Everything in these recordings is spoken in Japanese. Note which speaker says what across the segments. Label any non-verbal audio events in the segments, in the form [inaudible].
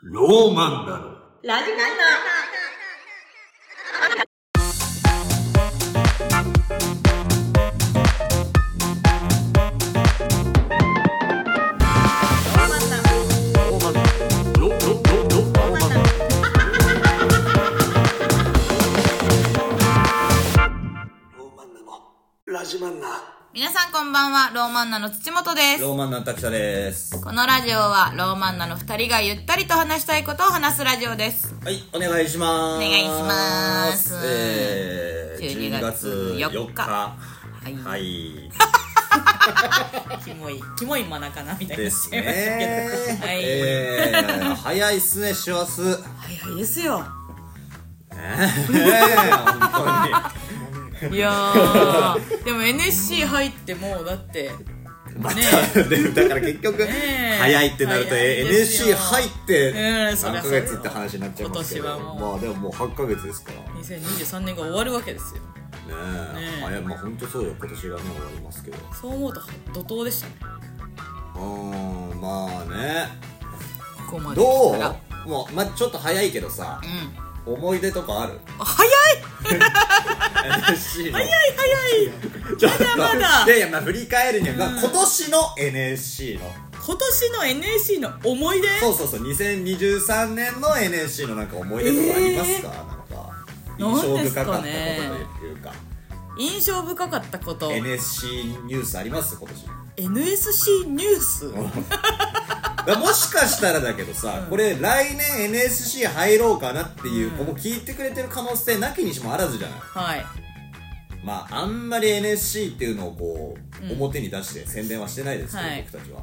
Speaker 1: ローマンだろ。
Speaker 2: ラジカンの
Speaker 1: ロ、ロ、ロ、ロ、ローマンだろ。
Speaker 3: ローマンナのラジマンナ
Speaker 4: 皆さんこんばんは、ローマンナの土本です。
Speaker 5: ローマンの滝田です。
Speaker 4: このラジオは、ローマンナの二人がゆったりと話したいことを話すラジオです。
Speaker 5: はい、お願いします。
Speaker 4: お願いします
Speaker 5: えー、
Speaker 4: 12
Speaker 5: 12月4日。
Speaker 4: い
Speaker 5: はい。
Speaker 4: キモい、キモいマナかなみたいな。
Speaker 5: ですね。
Speaker 4: [laughs] はい
Speaker 5: えー、早いっすね、師
Speaker 4: [laughs]
Speaker 5: 走。ね
Speaker 4: 早いですよ。
Speaker 5: え、本
Speaker 4: いやー、 [laughs] でも NSC 入ってもう、だって、
Speaker 5: 当に。また、でだから結局、
Speaker 4: え
Speaker 5: 早いってなると、
Speaker 4: 早い
Speaker 5: え
Speaker 4: ですよ
Speaker 5: NSC 入って
Speaker 4: うんそりゃ
Speaker 5: 何ヶ
Speaker 4: そうよ
Speaker 5: 月って話になっちゃいますけど。
Speaker 4: 今年はもう
Speaker 5: まあでももう8ヶ月ですから。ね
Speaker 4: 2023年が終わるわけですよ。
Speaker 5: え
Speaker 4: ねえ
Speaker 5: 早い、まあ本当そうよ、今年がね、終わりますけど。
Speaker 4: そう思うと、怒涛でしたね。
Speaker 5: うーん、まあね。
Speaker 4: ここまで
Speaker 5: ど
Speaker 4: 来
Speaker 5: う
Speaker 4: たら。
Speaker 5: もう、まあ、ちょっと早いけどさ
Speaker 4: う、ん。
Speaker 5: 思い出とかある
Speaker 4: あ早い
Speaker 5: 早
Speaker 4: [laughs]
Speaker 5: い早い
Speaker 4: まだまだ
Speaker 5: いやいやまあ振り返るには、まあ今年の NSC の
Speaker 4: 今年の NSC の思い出
Speaker 5: そうそうそう2023年の NSC のなんか思い出とかありますか、なんか印象深かったことというか
Speaker 4: 印象深かったこと
Speaker 5: NSC ニュースあります今年
Speaker 4: NSC ニュース
Speaker 5: だもしかしたらだけどさ、これ来年 NSC 入ろうかなっていう子も聞いてくれてる可能性なきにしもあらずじゃない
Speaker 4: はい
Speaker 5: まああんまり NSC っていうのをこう、
Speaker 4: うん
Speaker 5: 表に出して宣伝はしてないですけど、
Speaker 4: はい
Speaker 5: 僕たちは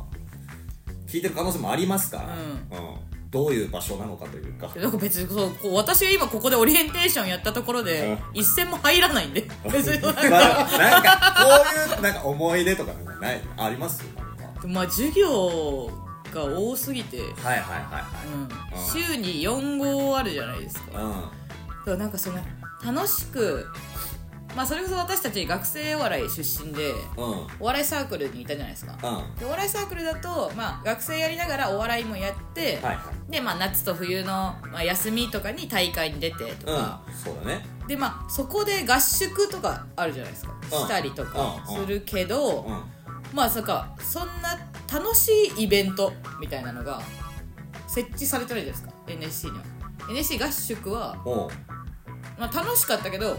Speaker 5: 聞いてる可能性もありますから、うんどういう場所なのかというか
Speaker 4: なんか別にそうこう私が今ここでオリエンテーションやったところで一銭も入らないんで別にな
Speaker 5: ま
Speaker 4: んか
Speaker 5: あなんかこういうなんか思い出とかなんかないありますなんか
Speaker 4: まあ授業が多すぎて、うん、
Speaker 5: はいはいは
Speaker 4: 週に4号あるじゃないですか
Speaker 5: いは
Speaker 4: だからなんかその楽しくまあそれこそ私たち学生お笑い出身で
Speaker 5: いうんうんうん
Speaker 4: お笑いサークルにいたじゃないですかでお笑いサークルだと、まあ、学生やりながらお笑いもやって、
Speaker 5: はいはい
Speaker 4: で、まあ、夏と冬の、まあ、休みとかに大会に出てとか、
Speaker 5: うんそうだね
Speaker 4: でまあそこで合宿とかあるじゃないですか、したりとか
Speaker 5: うんうん
Speaker 4: するけど、
Speaker 5: うん
Speaker 4: まあそっかそんな楽しいイベントみたいなのが設置されてないじゃないですか NSC には NSC 合宿は、
Speaker 5: おう
Speaker 4: まあ、楽しかったけど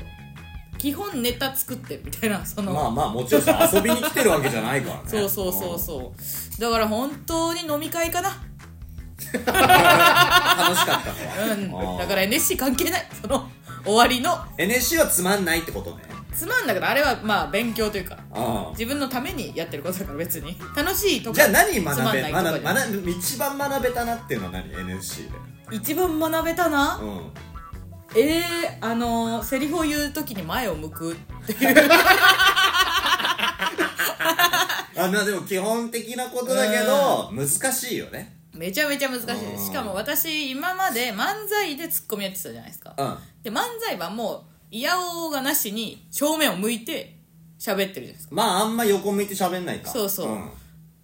Speaker 4: 基本ネタ作ってみたいなその、
Speaker 5: まあまあもちろんさ遊びに来てるわけじゃないからね
Speaker 4: [laughs] そうそうそうそうだから本当に飲み会かな
Speaker 5: うん楽しかったから
Speaker 4: うん、
Speaker 5: あー
Speaker 4: だから NSC 関係ないその終わりの
Speaker 5: NSC はつまんないってことね
Speaker 4: つまんだからあれはまあ勉強というか
Speaker 5: うん
Speaker 4: 自分のためにやってることだから別に楽しいとか
Speaker 5: じゃあ何
Speaker 4: つま
Speaker 5: 学
Speaker 4: ん
Speaker 5: べ
Speaker 4: ないとか
Speaker 5: 学
Speaker 4: じゃない
Speaker 5: 学一番学べたなっていうのは何 NSC で
Speaker 4: 一番学べたな、
Speaker 5: うん
Speaker 4: えー、あのー、セリフを言う時に前を向く
Speaker 5: あまあでも基本的なことだけど難しいよね
Speaker 4: めちゃめちゃ難しいです
Speaker 5: うん
Speaker 4: しかも私今まで漫才でツッコミやってたじゃないですか
Speaker 5: うん
Speaker 4: で漫才はもう嫌おうがなしに正面を向いて喋ってるじゃないですか
Speaker 5: まああんま横向いて喋んないか
Speaker 4: そうそうん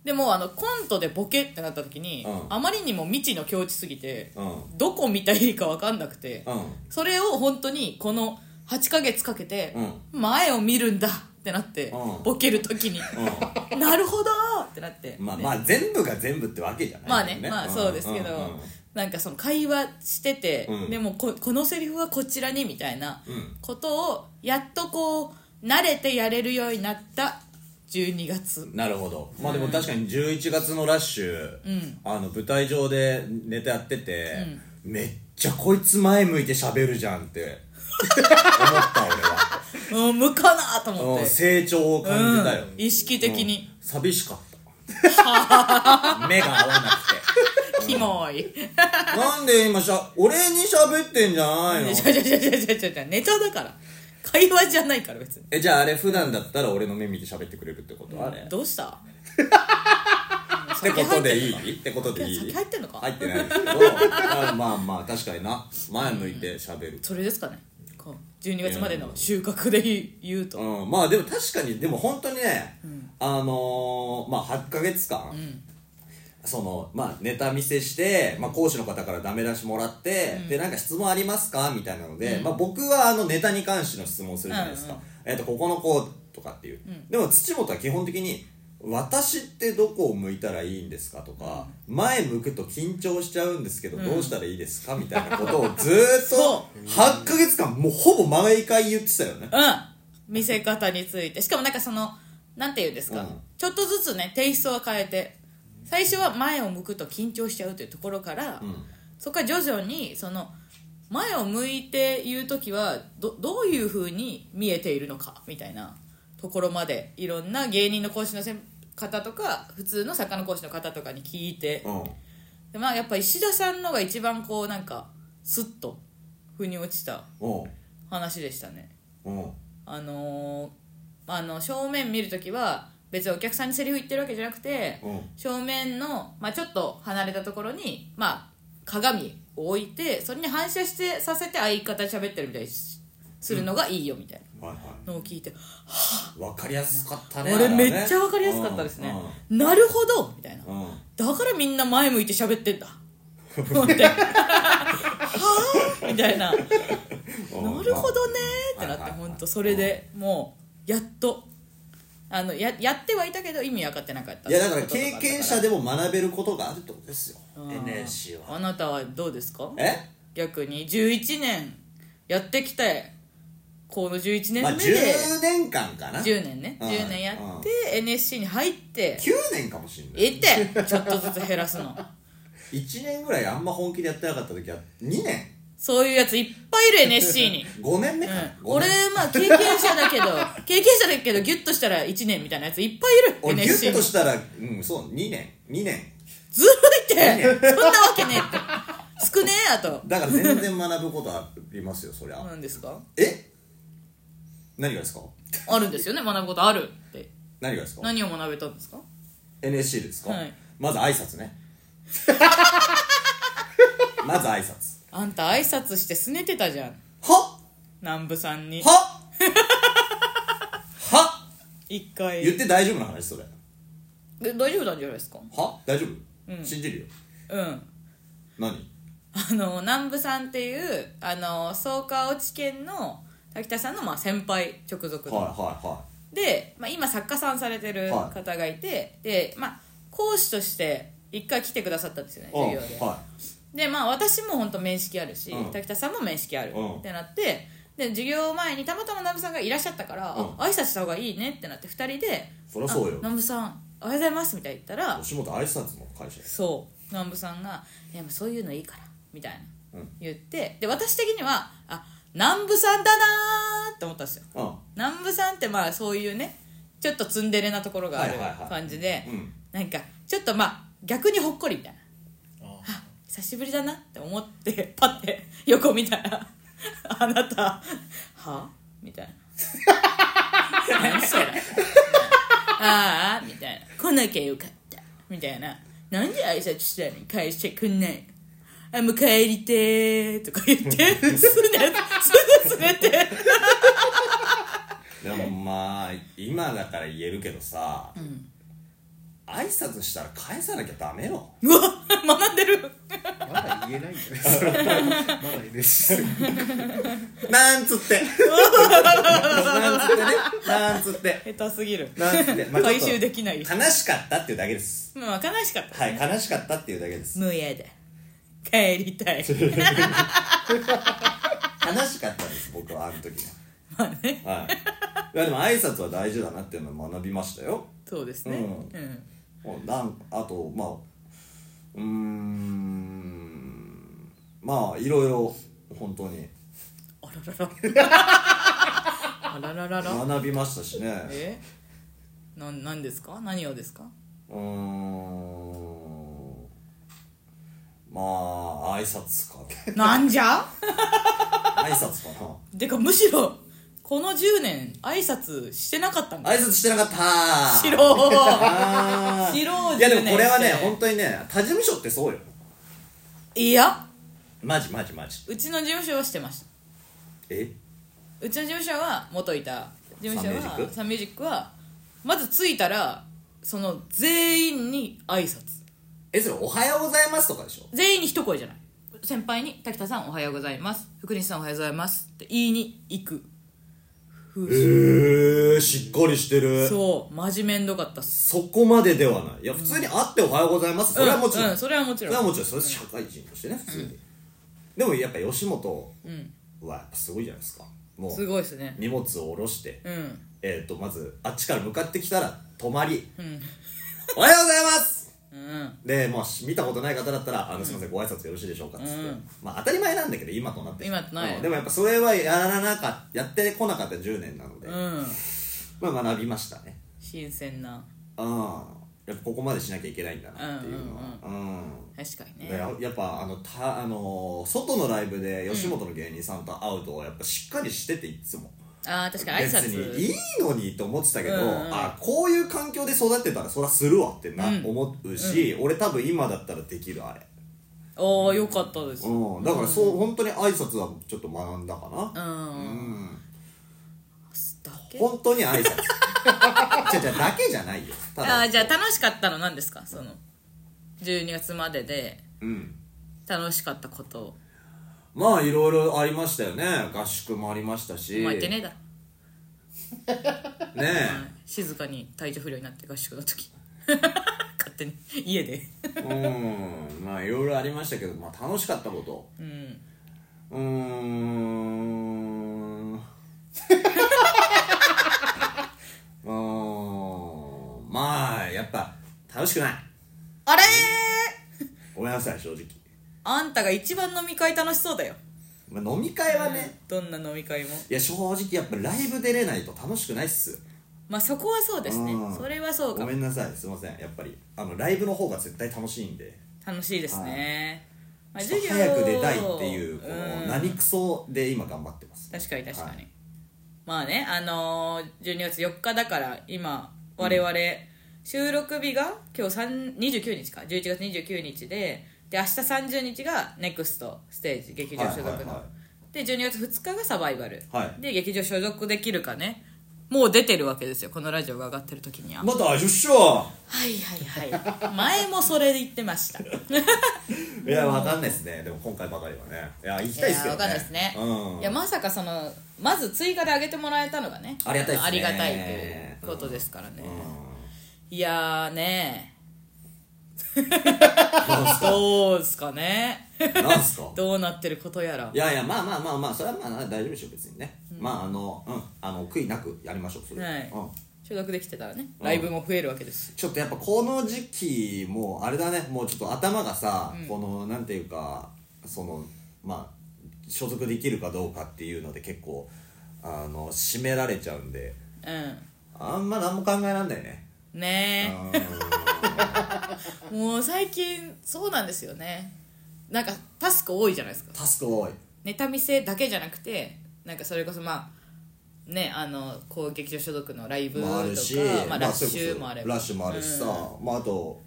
Speaker 4: でもあのコントでボケってなった時に、
Speaker 5: うん
Speaker 4: あまりにも未知の境地すぎて、
Speaker 5: うん
Speaker 4: どこ見たらいいか分かんなくて、
Speaker 5: うん
Speaker 4: それを本当にこの8ヶ月かけて、
Speaker 5: う
Speaker 4: 前を見るんだってなって、
Speaker 5: うん
Speaker 4: ボケる時
Speaker 5: う
Speaker 4: に、[laughs] なるほどーってなって、
Speaker 5: まあ
Speaker 4: ね
Speaker 5: まあ全部が全部ってわけじゃない
Speaker 4: まあねまあ
Speaker 5: ん
Speaker 4: そうですけど、
Speaker 5: ん
Speaker 4: なんかその会話してて、
Speaker 5: うん
Speaker 4: でもここのセリフはこちらにみたいな
Speaker 5: うん
Speaker 4: ことをやっとこう慣れてやれるようになった12月
Speaker 5: なるほどまあでも確かに11月のラッシュ、あの舞台上でネタやってて、めっちゃこいつ前向いて喋るじゃんって
Speaker 4: [laughs]
Speaker 5: 思った俺は
Speaker 4: もう向かなーと思っ
Speaker 5: うん
Speaker 4: て
Speaker 5: 成長を感じたよ、
Speaker 4: うん意識的に、
Speaker 5: うん寂しかった
Speaker 4: [laughs]
Speaker 5: 目が合わな
Speaker 4: キモい
Speaker 5: くてなんで今しゃ俺に喋ってんじゃないの
Speaker 4: ちゃちゃちゃちゃちゃちゃちゃネタだから会話じゃないから別に
Speaker 5: えじゃああれ普段だったら俺の目見て喋ってくれるってことあれ
Speaker 4: どうした
Speaker 5: ってことでいいってことでいい
Speaker 4: 酒入ってんのか
Speaker 5: 入ってないですけど [laughs] あまあまあ確かにな前向いて喋る
Speaker 4: それですかねこう12月までの収穫で言うと、
Speaker 5: うん、まあでも確かにでも本当にね、あのーまあ8ヶ月間、そのまあネタ見せして、まあ、講師の方からダメ出しもらって、でなんか質問ありますかみたいなので、まあ、僕はあのネタに関しての質問をするじゃないですか、
Speaker 4: うん
Speaker 5: えっとここの子とかっていう、でも土本は基本的に私ってどこを向いたらいいんですかとか、前向くと緊張しちゃうんですけどどうしたらいいですか、みたいなことをずーっと
Speaker 4: [laughs] そ
Speaker 5: 8ヶ月間もうほぼ毎回言ってたよね
Speaker 4: うん見せ方についてしかもなんかそのなんていうんですか、
Speaker 5: うん
Speaker 4: ちょっとずつねテイストは変えて最初は前を向くと緊張しちゃうというところから、そこから徐々にその前を向いて言う時はどどういうふうに見えているのかみたいなところまでいろんな芸人の講師の先方とか普通の作家の講師の方とかに聞いて、
Speaker 5: うん
Speaker 4: でまあやっぱ石田さんのが一番こうなんかスッと腑に落ちた
Speaker 5: うん
Speaker 4: 話でしたね。
Speaker 5: うん
Speaker 4: あのーあの正面見るときは別にお客さんにセリフ言ってるわけじゃなくて、
Speaker 5: うん
Speaker 4: 正面の、まあ、ちょっと離れたところに、まあ、鏡を置いてそれに反射してさせて相方に喋ってるみたいにしするのがいいよみたい
Speaker 5: はいはい
Speaker 4: なのを聞いて、
Speaker 5: わかりやすかった
Speaker 4: あ
Speaker 5: ね
Speaker 4: れ
Speaker 5: は
Speaker 4: め
Speaker 5: ね
Speaker 4: っちゃわかりやすかったですね、なるほどみたいな、
Speaker 5: うんうんうん
Speaker 4: だからみんな前向いて喋ってんだ思ってはあみたいななるほどねーってなっ
Speaker 5: はいはいは
Speaker 4: て
Speaker 5: い
Speaker 4: 本当それでもうやっとあのややってはいたけど意味分かってなかった
Speaker 5: いやだから経験者でも学べることがあるってことですよ
Speaker 4: うん
Speaker 5: NSC は
Speaker 4: あなたはどうですか
Speaker 5: え
Speaker 4: 逆に11年やってきてこの11年
Speaker 5: まあ
Speaker 4: 目で
Speaker 5: 10年間かな9
Speaker 4: 10年ね
Speaker 5: うん
Speaker 4: 10年やって NSC に入って
Speaker 5: 年かもしれない
Speaker 4: いてちょっとずつ減らすの
Speaker 5: 1年ぐらいあんま本気でやってなかった時は2年
Speaker 4: そういうやついっぱいいる NSC に
Speaker 5: 5年目かな
Speaker 4: うん、
Speaker 5: 五
Speaker 4: 俺
Speaker 5: 年
Speaker 4: まあ経験者だけ
Speaker 5: [laughs]
Speaker 4: ど経験者だけどギュッとしたら1年みたいなやついっぱいいる
Speaker 5: 俺ギュ
Speaker 4: NSC
Speaker 5: ッ
Speaker 4: に
Speaker 5: としたらうんそう2年2年
Speaker 4: ずるいってそんなわけねえって少ねえあと
Speaker 5: だから全然学ぶことありますよそりゃ
Speaker 4: なんですか
Speaker 5: え何がですか
Speaker 4: あるんですよね学ぶことあるって
Speaker 5: 何がですか
Speaker 4: 何を学べたんですか
Speaker 5: NSC ですか
Speaker 4: はい
Speaker 5: まず挨拶 [laughs] ねまず挨拶
Speaker 4: あんた挨拶して拗ねてたじゃん
Speaker 5: は
Speaker 4: 南部さんに
Speaker 5: はは
Speaker 4: 一回
Speaker 5: 言って大丈夫な話それ
Speaker 4: え大丈夫なんじゃないですか
Speaker 5: は大丈夫、信じるよ
Speaker 4: うん
Speaker 5: 何
Speaker 4: あの南部さんっていうあの草加落ち県の滝田さんのまあ先輩直属
Speaker 5: はい
Speaker 4: の
Speaker 5: はいは
Speaker 4: で、まあ、今作家さんされてる
Speaker 5: はい
Speaker 4: 方がいて、で、まあ、講師として一回来てくださったんですよね
Speaker 5: い
Speaker 4: 授
Speaker 5: うん
Speaker 4: 業
Speaker 5: は
Speaker 4: で、
Speaker 5: い
Speaker 4: でまあ私も本当面識あるし、
Speaker 5: うん
Speaker 4: 滝田さんも面識ある、
Speaker 5: うん
Speaker 4: ってなってで授業前にたまたま南部さんがいらっしゃったから、
Speaker 5: うん
Speaker 4: あ挨拶した方がいいねってなって二人で「
Speaker 5: そりゃそう
Speaker 4: あ
Speaker 5: よ
Speaker 4: 南部さんおはようございます」みたいに言ったら
Speaker 5: 吉本挨拶の会社です
Speaker 4: そう南部さんが「いやもうそういうのいいから」みたいな、
Speaker 5: うん
Speaker 4: 言ってで私的には「あ南部さんだな」って思ったんですよ
Speaker 5: うん
Speaker 4: 南部さんってまあそういうねちょっとツンデレなところがある
Speaker 5: はいはいはい
Speaker 4: 感じで、
Speaker 5: うん
Speaker 4: なんかちょっとまあ逆にほっこりみたいなあ久しぶりだなって思って [laughs] パッて横見たら [laughs] 「あなたはあ?」
Speaker 5: [laughs]
Speaker 4: みたいな「何それああ」みたいな「来なきゃよかった」みたいな「なんで挨拶したのに返してくんないのあもう帰りてー」とか言
Speaker 5: [laughs]
Speaker 4: ってすねすぐすねて。
Speaker 5: でもまあ今だから言えるけどさ、挨拶したら返さなきゃダメよ
Speaker 4: うわ学んでる
Speaker 2: まだ言えないんじゃないですかまだ NSC
Speaker 5: [laughs] なんつってなんつってねなんつって
Speaker 4: 下手すぎる
Speaker 5: なんつ
Speaker 4: [laughs]
Speaker 5: って、ちょっ
Speaker 4: 回
Speaker 5: と
Speaker 4: 収できない
Speaker 5: 悲しかったっていうだけです
Speaker 4: まあ悲しかった
Speaker 5: はい悲しかったっていうだけです
Speaker 4: もうやだ帰りたい
Speaker 5: [laughs] 悲しかったです僕はあの時はまあねはいいやでも挨拶は大事だなっていうのを学びましたよ
Speaker 4: そうですね
Speaker 5: う
Speaker 4: うん
Speaker 5: もうなんあとまあうーんまあいろいろ本当に
Speaker 4: あら
Speaker 5: [laughs]
Speaker 4: ららあらららら
Speaker 5: 学びましたしね
Speaker 4: えなんなんですか何をですか
Speaker 5: うーんまあ挨拶か [laughs]
Speaker 4: なんじゃ
Speaker 5: な挨拶かな
Speaker 4: てかむしろこの10年挨拶してなかったんだ
Speaker 5: 挨拶してなかった
Speaker 4: しろー
Speaker 5: あー
Speaker 4: しろー10年
Speaker 5: いやでもこれはね
Speaker 4: して
Speaker 5: 本当にね他事務所ってそうよ
Speaker 4: いや
Speaker 5: マジマジマジ
Speaker 4: うちの事務所はしてました
Speaker 5: え
Speaker 4: うちの事務所は元いた事務所
Speaker 5: サンミュージッ
Speaker 4: は
Speaker 5: ク
Speaker 4: サンミュージックはまず着いたらその全員に挨拶
Speaker 5: えそれ「おはようございます」とかでしょ
Speaker 4: 全員に一声じゃない先輩に「滝田さんおはようございます」「福西さんおはようございます」って言いに行く
Speaker 5: へえしっかりしてる
Speaker 4: そう真面目んどかったっす
Speaker 5: そこまでではないいや普通に会って「おはようございます」それはもちろん、
Speaker 4: ううん、それはもち
Speaker 5: そ
Speaker 4: ろ
Speaker 5: れは
Speaker 4: ん
Speaker 5: もちろんそれ社会人としてね普通に、でもやっぱ吉本はやっぱすごいじゃないですかも
Speaker 4: す
Speaker 5: う
Speaker 4: ごいですね
Speaker 5: 荷物を下ろして、
Speaker 4: うん
Speaker 5: えっ、とまずあっちから向かってきたら泊まり、おはようございます
Speaker 4: うん
Speaker 5: で、まあ、し見たことない方だったら「あのすみません、ご挨拶よろしいでしょうか」っつって、
Speaker 4: うん
Speaker 5: まあ当たり前なんだけど今となって
Speaker 4: 今となって
Speaker 5: うんでもやっぱそれはやらなかやってこなかった10年なので、
Speaker 4: うん
Speaker 5: まあ学びましたね
Speaker 4: 新鮮な
Speaker 5: ああやっぱここまでしなきゃいけないんだなっていうのはうん
Speaker 4: 確かに
Speaker 5: で
Speaker 4: ね
Speaker 5: ややっぱあのた、あのー外のライブで吉本の芸人さんと会うとやっぱしっかりしてていつも
Speaker 4: ああ確かに挨
Speaker 5: 別にいい
Speaker 4: 拶
Speaker 5: のにと思ってたけど、
Speaker 4: うんうん
Speaker 5: あこういう環境で育ってたらそりゃするわってな、
Speaker 4: うん
Speaker 5: 思うし、俺多分今だったらできるあれ、
Speaker 4: おあよかったですうん
Speaker 5: うん、だからそう、本当に挨拶はちょっと学んだかな、うん
Speaker 4: だけ
Speaker 5: 本当に
Speaker 4: [laughs]
Speaker 5: 挨拶じゃじゃだけじゃないよただ
Speaker 4: あーじゃあ楽しかったの何ですかその12月までで
Speaker 5: うん
Speaker 4: 楽しかったこと
Speaker 5: まあいろいろありましたよね合宿もありましたし
Speaker 4: お前行ってねえだろ、
Speaker 5: ねえ
Speaker 4: 静かに体調不良になって合宿の時 [laughs] 勝手に家で
Speaker 5: うんまあいろいろありましたけど、まあ、楽しかったこと
Speaker 4: うん
Speaker 5: うーん [laughs] うーんまあやっぱ楽しくない
Speaker 4: あれー
Speaker 5: ごめんなさい正直、
Speaker 4: あんたが一番飲み会楽しそうだよ
Speaker 5: まあ、飲み会はね、
Speaker 4: どんな飲み会も
Speaker 5: いや正直やっぱライブ出れないと楽しくないっす
Speaker 4: まあそこはそうですね
Speaker 5: うん
Speaker 4: それはそう
Speaker 5: ご
Speaker 4: かも
Speaker 5: めんなさいすいませんやっぱりあのライブの方が絶対楽しいんで
Speaker 4: 楽しいですね、まあ
Speaker 5: ちょっと早く出たいっていうこの何クソで今頑張ってます
Speaker 4: 確かに確かに、
Speaker 5: はい
Speaker 4: まあねあのー、12月4日だから今我々、収録日が今日3 29日か11月29日でで明日30日がネクストステージ劇場所属の、
Speaker 5: はいはいは
Speaker 4: で12月2日がサバイバル、
Speaker 5: はい
Speaker 4: で劇場所属できるかねもう出てるわけですよこのラジオが上がってる時には、
Speaker 5: またよっしょ
Speaker 4: はいはいはい前もそれで言ってました
Speaker 5: いや、わかんないですね。でも今回ばかりはね。いや、行きたいっすけどね。
Speaker 4: いやわかんないですね、
Speaker 5: うん。
Speaker 4: いやまさかそのまず追加で上げてもらえたのがね
Speaker 5: ありがたいっすね
Speaker 4: ありがたいということですからね、 [laughs]
Speaker 5: う
Speaker 4: いやーね
Speaker 5: ん
Speaker 4: どうですかね
Speaker 5: なんすか
Speaker 4: どうなってることやら
Speaker 5: いやいや、まあまあまあまあ、それはまあ大丈夫でしょう、別にね。まあ、あの、うん、あの、悔いなくやりましょう、それ。
Speaker 4: はい
Speaker 5: うん
Speaker 4: 所属できてたらね
Speaker 5: うん
Speaker 4: ライブも増えるわけですし
Speaker 5: ちょっとやっぱこの時期もうあれだねもうちょっと頭がさ、このなんていうかそのまあ所属できるかどうかっていうので結構あの締められちゃうんで
Speaker 4: う
Speaker 5: あんま何も考えらんないね
Speaker 4: んね
Speaker 5: うん
Speaker 4: え [laughs] もう最近そうなんですよねなんかタスク多いじゃないですか
Speaker 5: タスク多い
Speaker 4: ネタ見せだけじゃなくてなんかそれこそまあねあのこう劇場所属のライブとか、
Speaker 5: もあるし、
Speaker 4: まあ、ラッシュもあれば、
Speaker 5: ラッシュもあるしさ、まあ、あと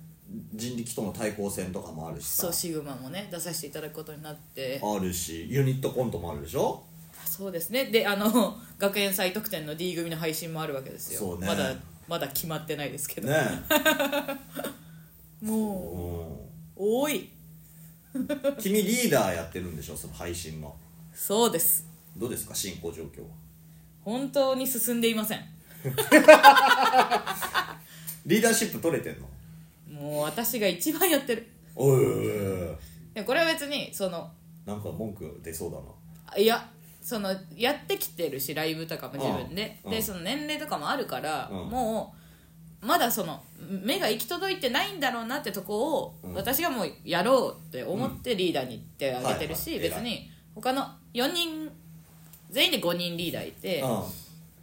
Speaker 5: 人力との対抗戦とかもあるし
Speaker 4: そ
Speaker 5: さ
Speaker 4: うシグマもね出させていただくことになって
Speaker 5: あるしユニットコントもあるでしょ
Speaker 4: そうですねであの [laughs] 学園祭特典の D 組の配信もあるわけですよ
Speaker 5: そうね
Speaker 4: まだまだ決まってないですけど、
Speaker 5: ねえ、
Speaker 4: もう
Speaker 5: う
Speaker 4: 多い
Speaker 5: ん、君リーダーやってるんでしょその配信の
Speaker 4: そうです
Speaker 5: どうですか進行状況は
Speaker 4: 本当に進んでいません
Speaker 5: リーダーシップ取れてんの
Speaker 4: もう私が一番やってる
Speaker 5: おいおいおいおい
Speaker 4: でもこれは別にその
Speaker 5: なんか文句出そうだない
Speaker 4: やそのやってきてるしライブとかも自分で、
Speaker 5: うんう
Speaker 4: で
Speaker 5: ん
Speaker 4: その年齢とかもあるから、
Speaker 5: うん
Speaker 4: もうまだその目が行き届いてないんだろうなってとこを、
Speaker 5: うん
Speaker 4: 私がもうやろうって思ってリーダーに言ってあげてるし、
Speaker 5: はいはい
Speaker 4: 別に他の4人全員で5人リーダーいて、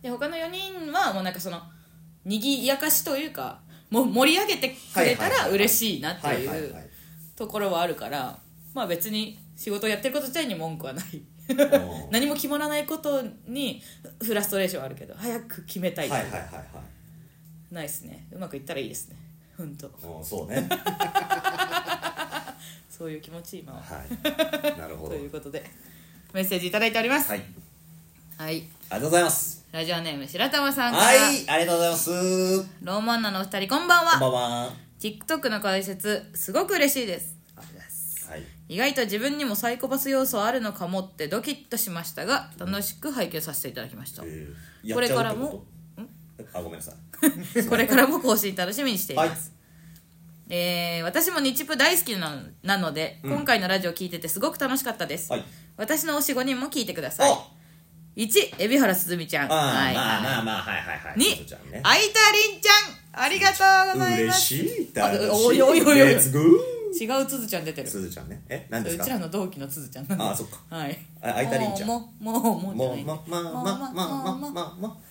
Speaker 4: で他の4人はもうなんかそのにぎやかしというかもう盛り上げてくれた
Speaker 5: はいはい
Speaker 4: ら
Speaker 5: はい
Speaker 4: 嬉しいなって
Speaker 5: はいはいいうはい
Speaker 4: ところはあるからまあ別に仕事をやってること自体に文句はない
Speaker 5: うん
Speaker 4: [laughs] 何も決まらないことにフラストレーションはあるけど早く決めたい、
Speaker 5: はいはいはいは
Speaker 4: ないですねうまくいったらいいですね本当
Speaker 5: いうんそう
Speaker 4: [laughs]
Speaker 5: ね
Speaker 4: そういう気持ち今は
Speaker 5: はいなるほ
Speaker 4: と
Speaker 5: ど
Speaker 4: いうことでメッセージいただいております
Speaker 5: はいあ
Speaker 4: は
Speaker 5: り
Speaker 4: い、
Speaker 5: がとうございます
Speaker 4: ラジオネーム白玉さんから、
Speaker 5: はいありがとうございます
Speaker 4: ローマンナのお二人こんばんは
Speaker 5: こんばんは
Speaker 4: 12 TikTok の解説すごく嬉しいですありがとうございます
Speaker 5: はい
Speaker 4: 意外と自分にもサイコパス要素あるのかもってドキッとしましたが楽しく拝見させていただきました、
Speaker 5: えー
Speaker 4: これからも
Speaker 5: やっちゃうってことあごめんなさい
Speaker 4: [laughs] これからも更新楽しみにしてい
Speaker 5: はい
Speaker 4: ます、えー私も日プ大好きななので、今回のラジオ聞いててすごく楽しかったです、
Speaker 5: はい
Speaker 4: 私の推し5人も聞いてください
Speaker 5: あ
Speaker 4: 1海老原すずみちゃん
Speaker 5: あ
Speaker 4: はい
Speaker 5: ーまあまあまあはいはいはい
Speaker 4: 2
Speaker 5: そうちゃ
Speaker 4: 相田
Speaker 5: んね
Speaker 4: 凛ちゃんありがとうございま
Speaker 5: 嬉
Speaker 4: す
Speaker 5: しい楽しい
Speaker 4: あおいおいおいおい
Speaker 5: レッツゴー
Speaker 4: 違うつずちゃん出てる
Speaker 5: すずちゃんねえ何
Speaker 4: う
Speaker 5: ですか
Speaker 4: ちらの同期のつずちゃんなんで
Speaker 5: あそっか
Speaker 4: はい
Speaker 5: あ相田凛ちゃん
Speaker 4: もうもうもうも
Speaker 5: もう
Speaker 4: うじゃない
Speaker 5: ままま
Speaker 4: も
Speaker 5: ま
Speaker 4: う
Speaker 5: ま
Speaker 4: も
Speaker 5: ま
Speaker 4: う
Speaker 5: まま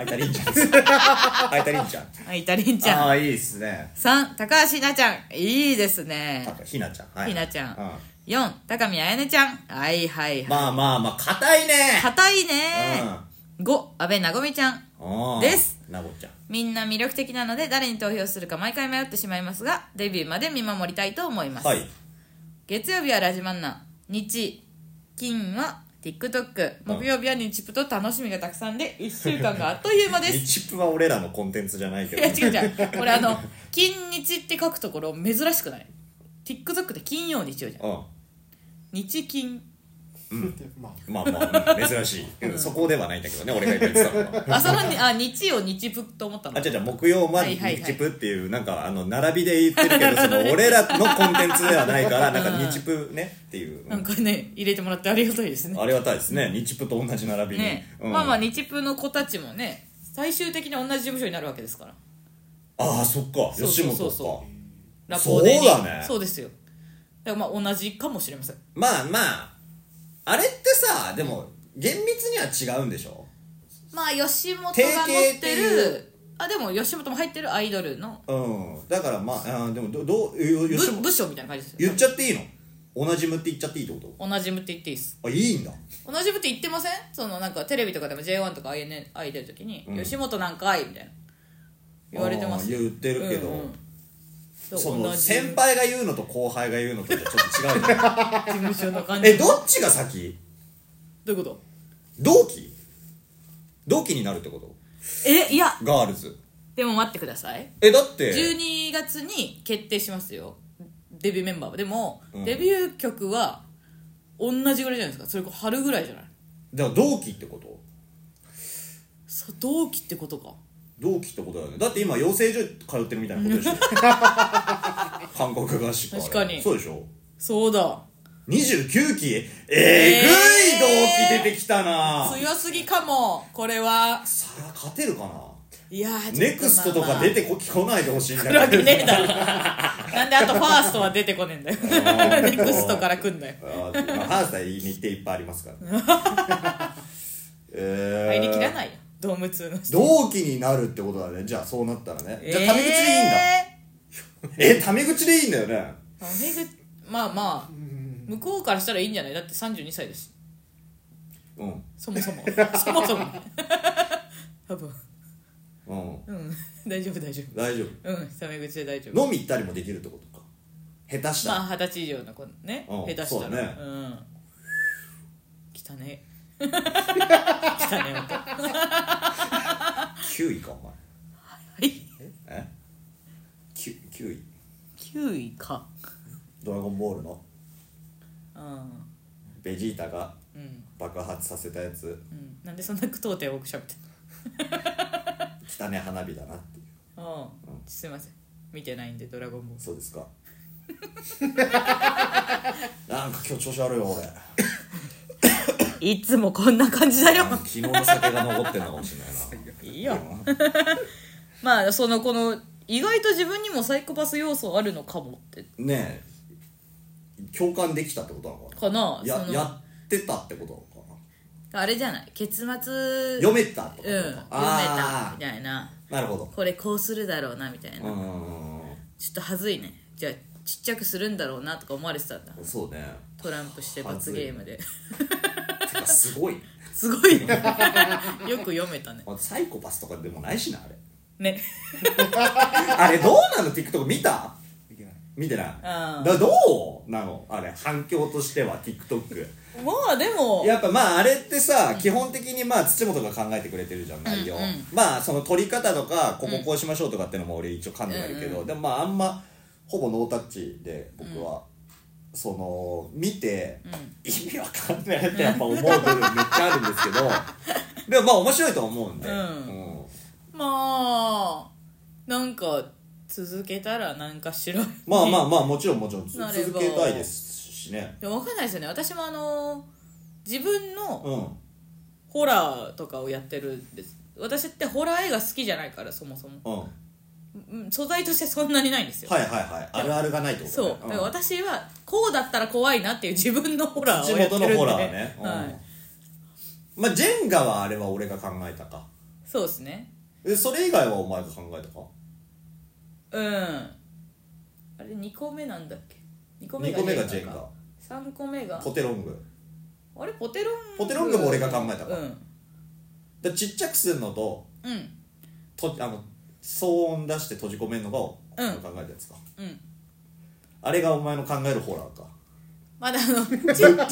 Speaker 5: あいたりんちゃんあいたりんちゃん
Speaker 4: 相田凛ち
Speaker 5: あ
Speaker 4: ゃん
Speaker 5: あーいいですね
Speaker 4: 3高橋ひなちゃんいいですね
Speaker 5: あひなちゃんはい
Speaker 4: ひなちゃん
Speaker 5: う
Speaker 4: 4高見あやねちゃんはいはいはい、
Speaker 5: まあまあまあ硬いね
Speaker 4: 硬いね5阿部なごみちゃん
Speaker 5: うん
Speaker 4: です
Speaker 5: なごちゃん
Speaker 4: みんな魅力的なので誰に投票するか毎回迷ってしまいますがデビューまで見守りたいと思います、
Speaker 5: はい
Speaker 4: 月曜日はラジマンナ日金は TikTok 木曜日は日プと楽しみがたくさんで1週間があっという間で
Speaker 5: リ
Speaker 4: す
Speaker 5: チップは俺らのコンテンツじゃないけ
Speaker 4: い
Speaker 5: ど
Speaker 4: や違う違うこれあの「金日」って書くところ珍しくない TikTok って金曜日曜じゃん
Speaker 5: う
Speaker 4: 日金
Speaker 2: まあ
Speaker 5: んまあまあうん珍しいうんそこではないんだけどね俺が今言ってたのは
Speaker 4: あそのにあ日曜日プと思ったの
Speaker 5: あ、じゃじゃ木曜まで
Speaker 4: はいはいはい
Speaker 5: 日プっていう、なんか、あの、並びで言ってるけど、その、俺らのコンテンツではないから、なんか、日プねっていう。
Speaker 4: なんかね入れてもらってありがたいですね
Speaker 5: ありがたいですね。日プと同じ並びに。
Speaker 4: ね、
Speaker 5: うん
Speaker 4: まあまあ日プの子たちもね最終的に同じ事務所になるわけですから
Speaker 5: ああ、そっか。
Speaker 4: そう
Speaker 5: 吉
Speaker 4: そう
Speaker 5: 本
Speaker 4: そうそう
Speaker 5: か。
Speaker 4: ラポーデに
Speaker 5: そうだね
Speaker 4: そうですよだからまあ同じかもしれません
Speaker 5: まあまあ、あれってさ、でも、厳密には違うんでしょ
Speaker 4: まあ吉本が持っ
Speaker 5: 提携っててい
Speaker 4: るあでも吉本も入ってるアイドルの
Speaker 5: うん。だから、まあ、あーでも、ど、どう、よ
Speaker 4: 部
Speaker 5: 吉本、
Speaker 4: 部署みたいな感じですよ
Speaker 5: 言っちゃっていいの同じむって言っちゃっていいってこ
Speaker 4: 同じ部って言っていいです
Speaker 5: とあ、いいんだ。
Speaker 4: 同じ部って言ってませんそのなんかテレビとかでも J1 とか INI 出るときに、吉本なんかいみたいな言われてます
Speaker 5: あー言ってるけど、
Speaker 4: うんうんそう
Speaker 5: そ
Speaker 4: 同
Speaker 5: の、
Speaker 4: じ
Speaker 5: 先輩が言うのと後輩が言うのとじゃちょっと違うじゃん。
Speaker 4: [laughs] 事務所の感じ
Speaker 5: えどっちが先
Speaker 4: どういうこと
Speaker 5: 同期同期になるってこと
Speaker 4: えいや
Speaker 5: ガールズ
Speaker 4: でも待ってください
Speaker 5: えだって
Speaker 4: 12月に決定しますよデビューメンバーはでも、
Speaker 5: うん
Speaker 4: デビュー曲は同じぐらいじゃないですかそれこそ春ぐらいじゃない
Speaker 5: じゃあ同期ってこと
Speaker 4: さ同期ってことか
Speaker 5: 同期ってことだよねだって今養成所通ってるみたいなことで
Speaker 4: [laughs]
Speaker 5: しょ韓国合宿あれ
Speaker 4: 確かに
Speaker 5: そうでしょ
Speaker 4: そうだ
Speaker 5: 29期えぐい
Speaker 4: えー
Speaker 5: 同期出てきたな、
Speaker 4: 強すぎかもこれは
Speaker 5: さあ勝てるかない
Speaker 4: やー
Speaker 5: ネクストとか出てこ来ないでほしいん
Speaker 4: くるわ
Speaker 5: だけ
Speaker 4: け
Speaker 5: ど
Speaker 4: ねえだろなんであとファーストは出てこねえんだよネクストから来んだよ
Speaker 5: あーまあハーフさん日程いっぱいありますから、ね、えー
Speaker 4: [laughs] 入りきらないよドーム2の人
Speaker 5: 同期になるってことだねじゃあそうなったらね、じゃあタメ口でいいんだえタメ口でいいんだよね
Speaker 4: タメ口まあまあ向こうからしたらいいんじゃないだって32歳だし
Speaker 5: うん
Speaker 4: そも
Speaker 5: [laughs]
Speaker 4: そもそもそも多分
Speaker 5: うん
Speaker 4: うん大丈夫大丈
Speaker 5: 大丈
Speaker 4: 夫うんタメ口で大丈夫
Speaker 5: 夫飲み行ったりもできるってことか下手したら、
Speaker 4: まあ二十歳以上の子ね
Speaker 5: うん
Speaker 4: 下手したら
Speaker 5: そうだね
Speaker 4: ん汚ね汚ね音は
Speaker 5: 9位かお前
Speaker 4: い
Speaker 5: え九9位
Speaker 4: 9位か
Speaker 5: ドラゴンボールの
Speaker 4: うん
Speaker 5: ベジータが
Speaker 4: うん
Speaker 5: 爆発させたやつ
Speaker 4: うんなんでそんな句読点多くしゃべってん
Speaker 5: 汚ね花火だなっていう
Speaker 4: のうんすいません見てないんで「ドラゴンボール
Speaker 5: そうです
Speaker 4: [laughs]
Speaker 5: かなんか今日調子悪いよ俺」
Speaker 4: いつもこんな感じだよ
Speaker 5: なんか昨日の酒が残ってんのかもしれ
Speaker 4: [laughs]
Speaker 5: ないない
Speaker 4: いよまあそのこの意外と自分にもサイコパス要素あるのかもって
Speaker 5: ねえ共感できたってことなのか
Speaker 4: か
Speaker 5: な
Speaker 4: な
Speaker 5: や
Speaker 4: その
Speaker 5: やってたってことなのかな
Speaker 4: あれじゃない結末
Speaker 5: 読めたとか
Speaker 4: うん読めた
Speaker 5: あ
Speaker 4: みたいな
Speaker 5: ーなるほど
Speaker 4: これこうするだろうなみたいな、
Speaker 5: う
Speaker 4: ちょ
Speaker 5: ー
Speaker 4: っとはずいねじゃあちっちゃくするんだろうなとか思われてたんだ
Speaker 5: んそうね
Speaker 4: トランプして罰ゲームで
Speaker 5: てかすごい
Speaker 4: すごいねよく読めたね
Speaker 5: まあサイコパスとかでもないしなあれ
Speaker 4: ね
Speaker 5: あれどうなの TikTok 見た
Speaker 2: いけない
Speaker 5: 見てない、
Speaker 4: うん
Speaker 5: だどうなのあれ反響としては TikTok
Speaker 4: まあでも
Speaker 5: やっぱまああれってさ、基本的にまあ土本が考えてくれてるじゃん内容、
Speaker 4: うんうん
Speaker 5: まあその撮り方とかこここうしましょうとかってのも俺一応噛んではいるけど、でもまああんまほぼノータッチで僕は、その見て、意味わかんないってやっぱ思う部分めっちゃあるんですけどでもまあ面白いと思うんで、
Speaker 4: うん
Speaker 5: うん
Speaker 4: まあなんか続けたらなんかしら
Speaker 5: まあまあまあもちろんもちろんつ
Speaker 4: なれば
Speaker 5: 続けたいですしね
Speaker 4: でも分かんないですよね私もあの自分の
Speaker 5: うん
Speaker 4: ホラーとかをやってるんです私ってホラー映画好きじゃないからそもそも
Speaker 5: うん
Speaker 4: うん素材としてそんなにないんですよ、
Speaker 5: はいはいはいあるあるがないってこと
Speaker 4: そうだから私はこうだったら怖いなっていう自分のホラー
Speaker 5: 地
Speaker 4: をやって
Speaker 5: 元
Speaker 4: るん
Speaker 5: の
Speaker 4: で
Speaker 5: ホラーね、うん
Speaker 4: はい、
Speaker 5: まあジェンガはあれは俺が考えたか
Speaker 4: そうですね
Speaker 5: えそれ以外はお前が考えたか
Speaker 4: うんあれ2個目なんだっけ2個目
Speaker 5: 2
Speaker 4: が
Speaker 5: 個目がジェンガ
Speaker 4: 3個目が
Speaker 5: ポテロング
Speaker 4: あれポテロング
Speaker 5: ポテロングも俺が考えたから
Speaker 4: うん
Speaker 5: だちっちゃくするのと
Speaker 4: うん
Speaker 5: とあの騒音出して閉じ込めるのがお
Speaker 4: うん
Speaker 5: 前が考えたやつか、
Speaker 4: うん
Speaker 5: あれがお前の考えるホラーか
Speaker 4: まだあの [laughs] ちちょっ
Speaker 5: [laughs]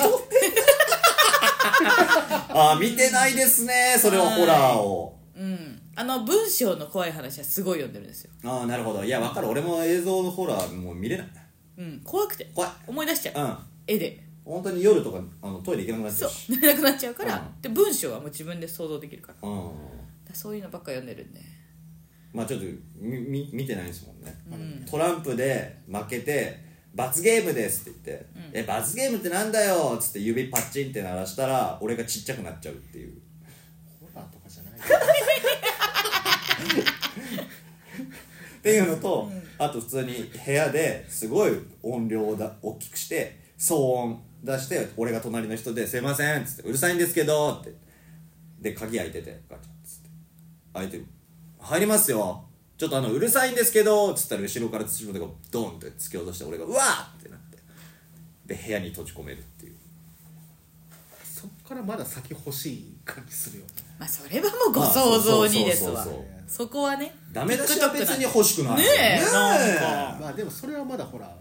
Speaker 5: あー見てないですねそれはホラーを
Speaker 4: うんあの文章の怖い話はすごい読んでるんですよ
Speaker 5: ああなるほどいや分かる俺も映像のホラーもう見れない
Speaker 4: うん怖くて
Speaker 5: 怖い
Speaker 4: 思い出しちゃう、
Speaker 5: うん
Speaker 4: 絵で
Speaker 5: 本当に夜とかあのトイレ行けなくなっち
Speaker 4: そ
Speaker 5: ゃ
Speaker 4: う
Speaker 5: うし
Speaker 4: 寝れなくなっちゃうから、
Speaker 5: う
Speaker 4: で文章はもう自分で想像できるからだか
Speaker 5: うん
Speaker 4: らそういうのばっか読んでるんで
Speaker 5: まあちょっとみみ見てないですもんね、トランプで負けて罰ゲームですって言って「え罰ゲームってなんだよ」っつって指パッチンって鳴らしたら俺がちっちゃくなっちゃうっていう
Speaker 2: ホラーとかじゃない
Speaker 5: っていうのと、あと普通に部屋ですごい音量をだ大きくして騒音出して俺が隣の人で「すいません」っつって「うるさいんですけど」ってで鍵開いててガチャッつって開いて「入りますよちょっとあのうるさいんですけど」っつったら後ろから土本がドンって突き落として俺が「うわっ!」ってなってで部屋に閉じ込めるっていう
Speaker 2: そっからまだ先欲しい感じするよね
Speaker 4: まあそれはもうご想像にです
Speaker 5: まあ
Speaker 4: わ
Speaker 5: そうそうそうそう
Speaker 4: そこはね
Speaker 5: ダメ出しは別に欲しくない
Speaker 4: ねえなんか
Speaker 2: まあでもそれはまだホラ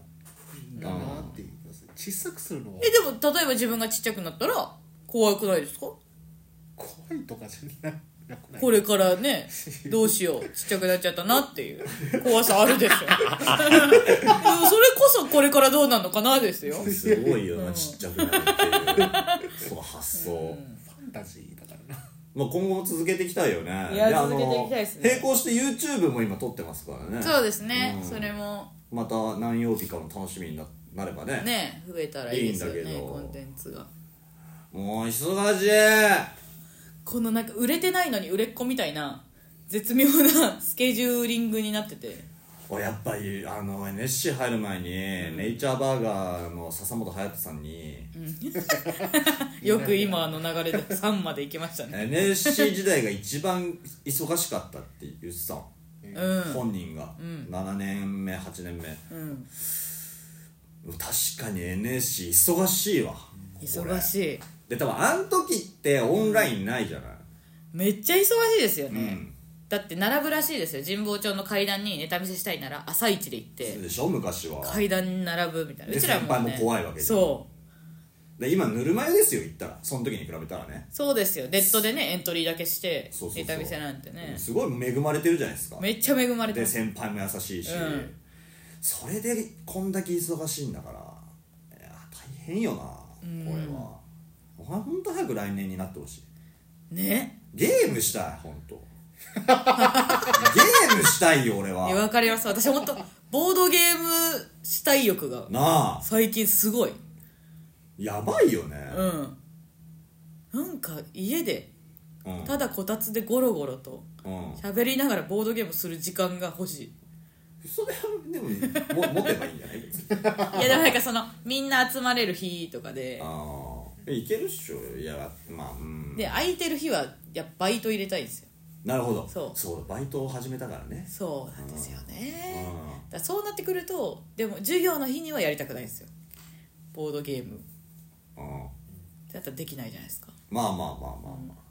Speaker 2: ーだなっていう小さくするのは
Speaker 4: えでも例えば自分がちっちゃくなったら怖くないですか
Speaker 2: 怖いとかじゃななくない
Speaker 4: これからねどうし
Speaker 5: [laughs]
Speaker 4: ようちっちゃくなっちゃったなっていう怖さあるでしょでもそれこそこれからどうなるのかなですよ
Speaker 5: すごいよなちっちゃくなるっていう
Speaker 4: [laughs]
Speaker 5: その発想、
Speaker 2: ファンタジーだからな
Speaker 5: まあ、今後も続けていきたいよね
Speaker 4: いや
Speaker 5: であの
Speaker 4: 続けていきたいですね
Speaker 5: 並行して YouTube も今撮ってますからね
Speaker 4: そうですね、
Speaker 5: うん
Speaker 4: それも
Speaker 5: また何曜日かの楽しみにななればね
Speaker 4: ね増えたらいいですよね
Speaker 5: いいんだけど
Speaker 4: コンテンツが
Speaker 5: もう忙しい
Speaker 4: このなんか売れてないのに売れっ子みたいな絶妙な [laughs] スケジューリングになってて
Speaker 5: やっぱりあの NSC 入る前に、ネイチャーバーガーの笹本隼人さんに、
Speaker 4: よく今の流れで3まで行きましたね
Speaker 5: NSC 時代が一番忙しかったって言ってたの
Speaker 4: うん
Speaker 5: 本人が、7年目8年目
Speaker 4: うん
Speaker 5: 確かに NSC 忙しいわ
Speaker 4: 忙しい
Speaker 5: いで多分あの時ってオンラインないじゃない、
Speaker 4: めっちゃ忙しいですよね、
Speaker 5: うん
Speaker 4: だって並ぶらしいですよ神保町の階段にネタ見せしたいなら朝一で行っ
Speaker 5: そう
Speaker 4: て
Speaker 5: でしょ昔は
Speaker 4: 階段に並ぶみたいな
Speaker 5: で
Speaker 4: うちらも、ね、
Speaker 5: 先輩も怖いわけじゃん
Speaker 4: そう
Speaker 5: で今ぬるま湯ですよ行ったらその時に比べたらね
Speaker 4: そうですよネットでねエントリーだけして
Speaker 5: そうそうそう
Speaker 4: ネタ見せなんてね
Speaker 5: すごい恵まれてるじゃないですか
Speaker 4: めっちゃ恵まれて
Speaker 5: で
Speaker 4: ます
Speaker 5: 先輩も優しいし、
Speaker 4: うん
Speaker 5: それでこんだけ忙しいんだからいや大変よなこれは、お前ほんと早く来年になってほしい
Speaker 4: ね
Speaker 5: ゲームしたいほん
Speaker 4: [laughs]
Speaker 5: とゲームしたいよ俺はい
Speaker 4: やわかります私本当ボードゲームしたい欲が
Speaker 5: なあ
Speaker 4: 最近すごい
Speaker 5: やばいよね、
Speaker 4: うんなんか家で
Speaker 5: うん
Speaker 4: ただこたつでゴロゴロと
Speaker 5: うん
Speaker 4: 喋りながらボードゲームする時間が欲しい
Speaker 5: それはでもも持てばいいんじゃない別に
Speaker 4: いやでもなんかそのみんな集まれる日とかで
Speaker 5: ああいけるっしょいやまあうん
Speaker 4: で空いてる日はやっぱバイト入れたいんですよ
Speaker 5: なるほど
Speaker 4: そう
Speaker 5: バイトを始めたからね
Speaker 4: そうなんですよね
Speaker 5: うん
Speaker 4: だからそうなってくるとでも授業の日にはやりたくないんですよボードゲーム
Speaker 5: うん
Speaker 4: だったらできないじゃないですか
Speaker 5: まあまあまあまあまあ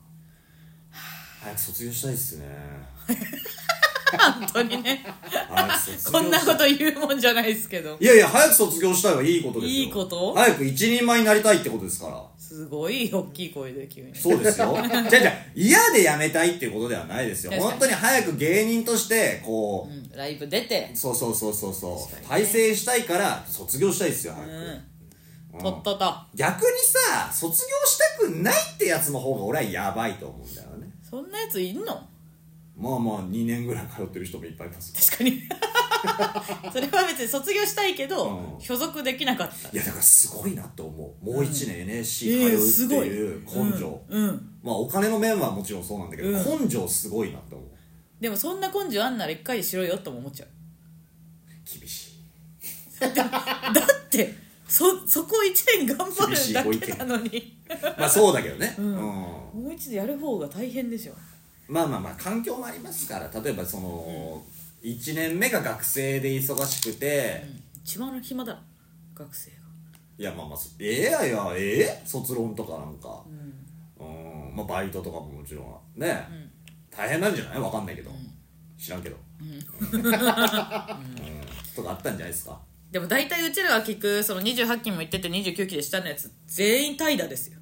Speaker 5: 早く卒業したいっすね
Speaker 4: 本当に [laughs] ね
Speaker 5: 早く卒業
Speaker 4: [laughs] こんなこと言うもんじゃないですけど
Speaker 5: いやいや早く卒業したいはいいことですよ
Speaker 4: いいこと
Speaker 5: 早く一人前になりたいってことですから
Speaker 4: すごい大きい声で急に
Speaker 5: そうです
Speaker 4: [laughs]
Speaker 5: よ。じゃじゃ嫌で辞めたいっていうことではないですよ。
Speaker 4: 確かに
Speaker 5: 本当に早く芸人として、こ
Speaker 4: う
Speaker 5: う、
Speaker 4: んライブ出て
Speaker 5: そうそうそうそうそう、
Speaker 4: 確かに
Speaker 5: 体
Speaker 4: ね
Speaker 5: 制したいから卒業したいですよ、早く。うん
Speaker 4: とっとと
Speaker 5: 逆にさ、卒業したくないってやつの方が俺はやばいと思うんだよね。
Speaker 4: そんなやついんの
Speaker 5: まあまあ、2年ぐらい通ってる人もいっぱいいます。
Speaker 4: 確かにそれは別に卒業したいけど、
Speaker 5: うん
Speaker 4: 所属できなかった
Speaker 5: [laughs] いや、だからすごいなって思う。もう一年 NSC
Speaker 4: ええ
Speaker 5: 通うっていう根性。
Speaker 4: うん、うん
Speaker 5: まあ、お金の面はもちろんそうなんだけど、
Speaker 4: う
Speaker 5: 根性すごいなって思う。
Speaker 4: でもそんな根性あんなら一回でしろよとも思っちゃう
Speaker 5: 厳しい。
Speaker 4: だってそそこ1年頑張
Speaker 5: 厳し
Speaker 4: る
Speaker 5: い
Speaker 4: だ
Speaker 5: ご意
Speaker 4: け
Speaker 5: 見
Speaker 4: なのに
Speaker 5: [laughs] まあ、そうだけどね。
Speaker 4: ん
Speaker 5: うん
Speaker 4: もう一度やる方が大変でしょ
Speaker 5: まあまあまあ環境もありますから例えばその、1年目が学生で忙しくて、
Speaker 4: 一番暇だ学生が
Speaker 5: いやまあまあそええやいやええ卒論とかなんかうんまあバイトとかももちろんね、大変なんじゃないわかんないけど、知らんけど、うんとかあったんじゃないですか
Speaker 4: でも大体うちらが聞くその28期も行ってて29期で下のやつ全員怠惰ですよ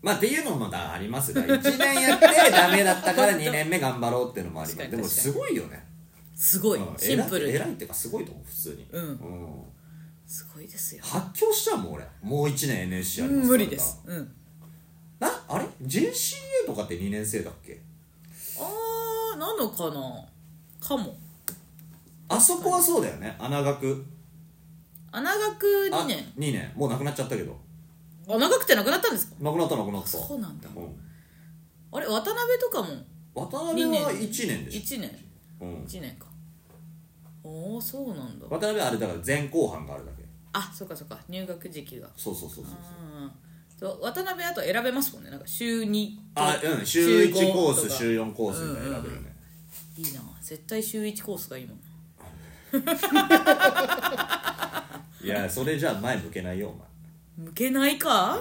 Speaker 5: まあっていうのもだありますが1年やってダメだったから2年目頑張ろうっていうのもあります
Speaker 4: 確
Speaker 5: で
Speaker 4: かに
Speaker 5: も
Speaker 4: 確か
Speaker 5: すごいよね
Speaker 4: すごい
Speaker 5: うん
Speaker 4: シンプル
Speaker 5: 偉い
Speaker 4: に
Speaker 5: 偉いっていうかすごいと思う普通に
Speaker 4: うん
Speaker 5: うん
Speaker 4: すごいですよ
Speaker 5: 発狂しちゃうもん俺もう1年 NSC あります
Speaker 4: 無理ですうん
Speaker 5: なあれ JCA とかって2年生だっけ
Speaker 4: あーなのかなかも
Speaker 5: あそこはそうだよね穴学
Speaker 4: 穴学
Speaker 5: あ
Speaker 4: 2年
Speaker 5: 2年もうなくなっちゃったけど
Speaker 4: あ長くてなくなったんですか
Speaker 5: なくなったなくなった
Speaker 4: そうなんだ
Speaker 5: ん
Speaker 4: あれ渡辺とかも
Speaker 5: 渡辺は
Speaker 4: 二年
Speaker 5: 1年でし
Speaker 4: 1年
Speaker 5: ょ、うん、
Speaker 4: 1年かおおそうなんだ
Speaker 5: 渡辺はあれだから前後半があるだけ
Speaker 4: あそうかそうか入学時期が
Speaker 5: そうそうそうそう
Speaker 4: うんそう渡辺あと選べますもんねなんか週2
Speaker 5: あうん週1コー
Speaker 4: 週五と
Speaker 5: ス
Speaker 4: か
Speaker 5: 週4コースみたいな選べるね、
Speaker 4: いいな絶対週1コースがいいもん
Speaker 5: いやそれじゃあ前向けないよお前
Speaker 4: 向けないか、
Speaker 5: ん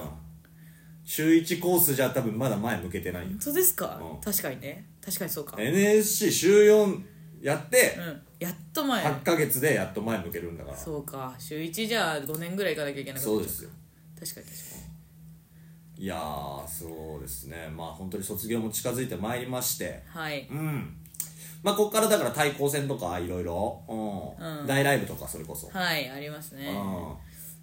Speaker 5: 週1コースじゃ多分まだ前向けてないよ
Speaker 4: 本当ですか、
Speaker 5: うん
Speaker 4: 確かにね確かにそうか、
Speaker 5: NSC 週4やって
Speaker 4: うん、やっと前
Speaker 5: 8ヶ月でやっと前向けるんだから
Speaker 4: そうか週1じゃあ5年ぐらい行かなきゃいけなかった
Speaker 5: そうですよ
Speaker 4: 確かに確か
Speaker 5: いやーそうですねまあ本当に卒業も近づいてまいりまして
Speaker 4: にはい
Speaker 5: うんまあここからだから対抗戦とかいろいろ
Speaker 4: うん
Speaker 5: 大ライブとかそれこそ、
Speaker 4: はいあります
Speaker 5: う
Speaker 4: ね
Speaker 5: ん、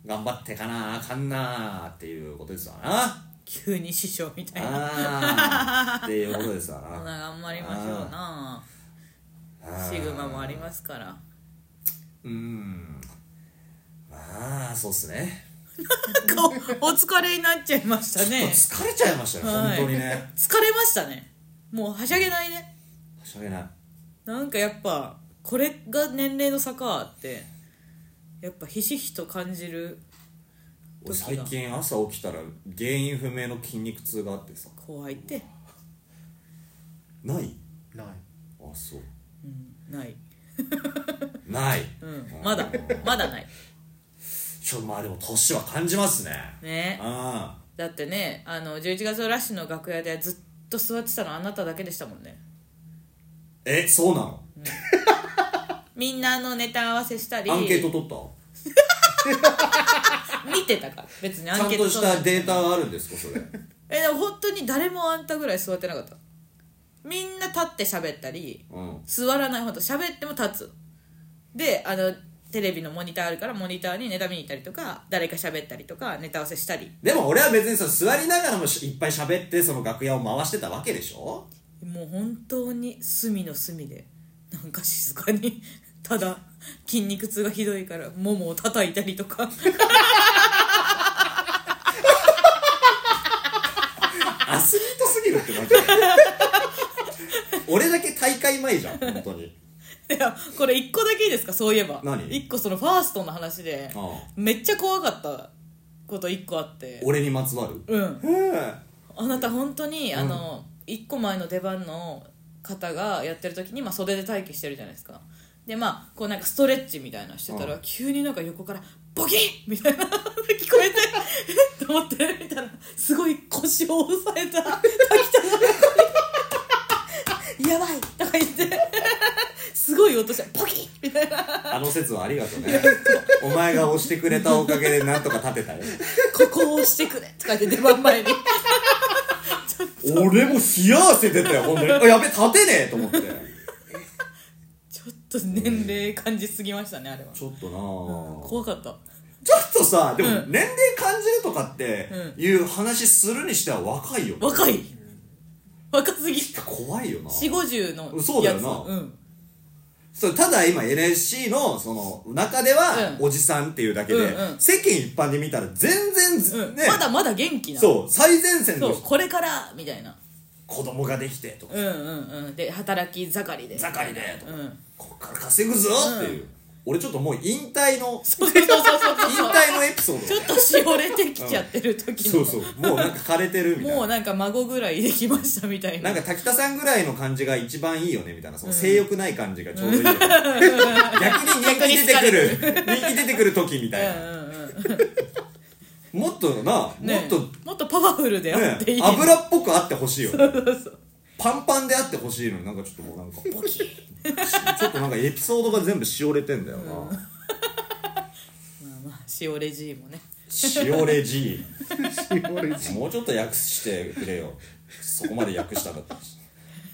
Speaker 5: 頑張ってかなあかんなあっていうことですわな
Speaker 4: 急に師匠みたい
Speaker 5: あ
Speaker 4: な
Speaker 5: ー
Speaker 4: [laughs]
Speaker 5: っていうことですわ
Speaker 4: そん
Speaker 5: な
Speaker 4: な頑張りましょうな
Speaker 5: あー
Speaker 4: シグマもありますから
Speaker 5: うんまあそうっすね
Speaker 4: なんかおお疲れになっちゃいました
Speaker 5: ちょっ
Speaker 4: ね
Speaker 5: と疲れちゃいましたね、
Speaker 4: はい
Speaker 5: 本当にね
Speaker 4: 疲れましたねもうはしゃげないね
Speaker 5: しゃげない
Speaker 4: なんかやっぱこれが年齢の差かってやっぱひしひしと感じる
Speaker 5: 俺最近朝起きたら原因不明の筋肉痛があってさ
Speaker 4: 怖いって、
Speaker 5: ない
Speaker 2: ない [laughs]
Speaker 5: あそう
Speaker 4: うん、ない、
Speaker 5: ない、
Speaker 4: うん、まだまだない
Speaker 5: ちょまあでも年は感じますね
Speaker 4: ね
Speaker 5: あ
Speaker 4: だってねあの11月のラッシュの楽屋でずっと座ってたのあなただけでしたもんね
Speaker 5: えそうなの
Speaker 4: みんなのネタ合わせしたり
Speaker 5: アンケート取った
Speaker 4: 見てたから別にア
Speaker 5: ちゃ
Speaker 4: ン
Speaker 5: ん
Speaker 4: ケート
Speaker 5: と
Speaker 4: そ
Speaker 5: し
Speaker 4: んな
Speaker 5: たデータがあるんですかそれ
Speaker 4: えでも本当に誰もあんたぐらい座ってなかったみんな立って喋ったり
Speaker 5: うん
Speaker 4: 座らないほんと喋っても立つであのテレビのモニターあるからモニターにネタ見に行ったりとか誰か喋ったりとかネタ合わせしたり
Speaker 5: でも俺は別にその座りながらもしいっぱい喋ってその楽屋を回してたわけでし [laughs] ょ
Speaker 4: もう本当に隅の隅でなんか静かに [laughs] ただ筋肉痛がひどいからももを叩いたりとか [laughs]
Speaker 5: アスリートすぎるってマジで俺だけ大会前じゃん本当に
Speaker 4: いやこれ一個だけいいですかそういえば
Speaker 5: 何
Speaker 4: 一個そのファーストの話で
Speaker 5: ああ
Speaker 4: めっちゃ怖かったこと一個あって
Speaker 5: 俺にまつわる
Speaker 4: うん
Speaker 5: うん
Speaker 4: あなた本当にあの、1個前の出番の方がやってる時に、まあ、袖で待機してるじゃないですかでまあこうなんかストレッチみたいなのしてたら、
Speaker 5: う
Speaker 4: 急になんか横から「ボキッ!」みたいな聞こえてえっと思ってみたらすごい腰を押さえた滝田の横に「やばい!」とか言って
Speaker 5: ありがとうねお前が押してくれたおかげでなんとか立てたよ
Speaker 4: ここを押してくれとか言って出番前に
Speaker 5: 俺も冷や汗出たよほんとにあ [laughs] やべ立てねえと思って
Speaker 4: ちょっと年齢感じすぎましたねあれは
Speaker 5: ちょっとなあ
Speaker 4: 怖かった
Speaker 5: ちょっとさでも年齢感じるとかっていう話するにしては若いよね
Speaker 4: 若い若すぎ4
Speaker 5: 怖いよな
Speaker 4: 5 0のやつ
Speaker 5: そうだよな
Speaker 4: うん、
Speaker 5: そうただ今 NSC のその中では
Speaker 4: うん
Speaker 5: おじさんっていうだけで、
Speaker 4: うんうん
Speaker 5: 世間一般で見たら全然ず、
Speaker 4: うん
Speaker 5: ね
Speaker 4: まだまだ元気な
Speaker 5: そう最前線の
Speaker 4: そうこれからみたいな
Speaker 5: 子供ができてとか、
Speaker 4: うんうんうんで働き盛りで
Speaker 5: 盛りでと
Speaker 4: う
Speaker 5: か、
Speaker 4: ん
Speaker 5: こっから稼ぐぞっていう、俺ちょっともう引退
Speaker 4: [laughs]
Speaker 5: の
Speaker 4: そうそうそうそう
Speaker 5: 引退のエピソード
Speaker 4: ちょっとしおれてきちゃってる時
Speaker 5: そ
Speaker 4: の
Speaker 5: うそうもうなんか枯れてるみたい
Speaker 4: もう
Speaker 5: な
Speaker 4: なんか孫ぐらいできましたみたいな
Speaker 5: なんか滝田さんぐらいの感じが一番いいよねみたいなその性欲ない感じがちょうどいいよね、 [laughs] 逆に人気出てくる人気出てくる時みたいな、もっとな、
Speaker 4: ね
Speaker 5: もっと
Speaker 4: もっとパワフルであっていい、
Speaker 5: ね、油っぽくあってほしいよねパンパンであってほしいのになんかちょっともうなんかポキッちょっとなんかエピソードが全部しおれてんだよな、
Speaker 4: まあしおれじい
Speaker 5: [laughs]
Speaker 4: もね
Speaker 5: しおれ G
Speaker 2: 俺一
Speaker 5: もうちょっと略してくれよそこまで略したかった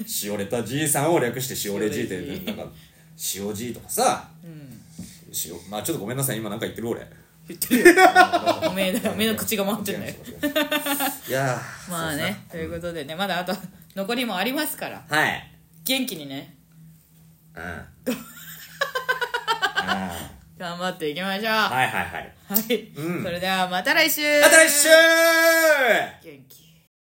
Speaker 5: ししおれたじいさんを略してしおれ G って
Speaker 4: しおれ G
Speaker 5: なんかしおじいとかさ、しおまあちょっとごめんなさい今なんか言ってる俺
Speaker 4: 言って
Speaker 5: [laughs]
Speaker 4: るよおめえだよおめえの口が回ってんだよ
Speaker 5: いやー
Speaker 4: [laughs] まあねということでねまだあと残りもありますから
Speaker 5: はい
Speaker 4: 元気にね [laughs]
Speaker 5: うんうん
Speaker 4: 頑張っていきましょう
Speaker 5: はいはいはい
Speaker 4: はい、それではまた来週
Speaker 5: また来週
Speaker 4: 元気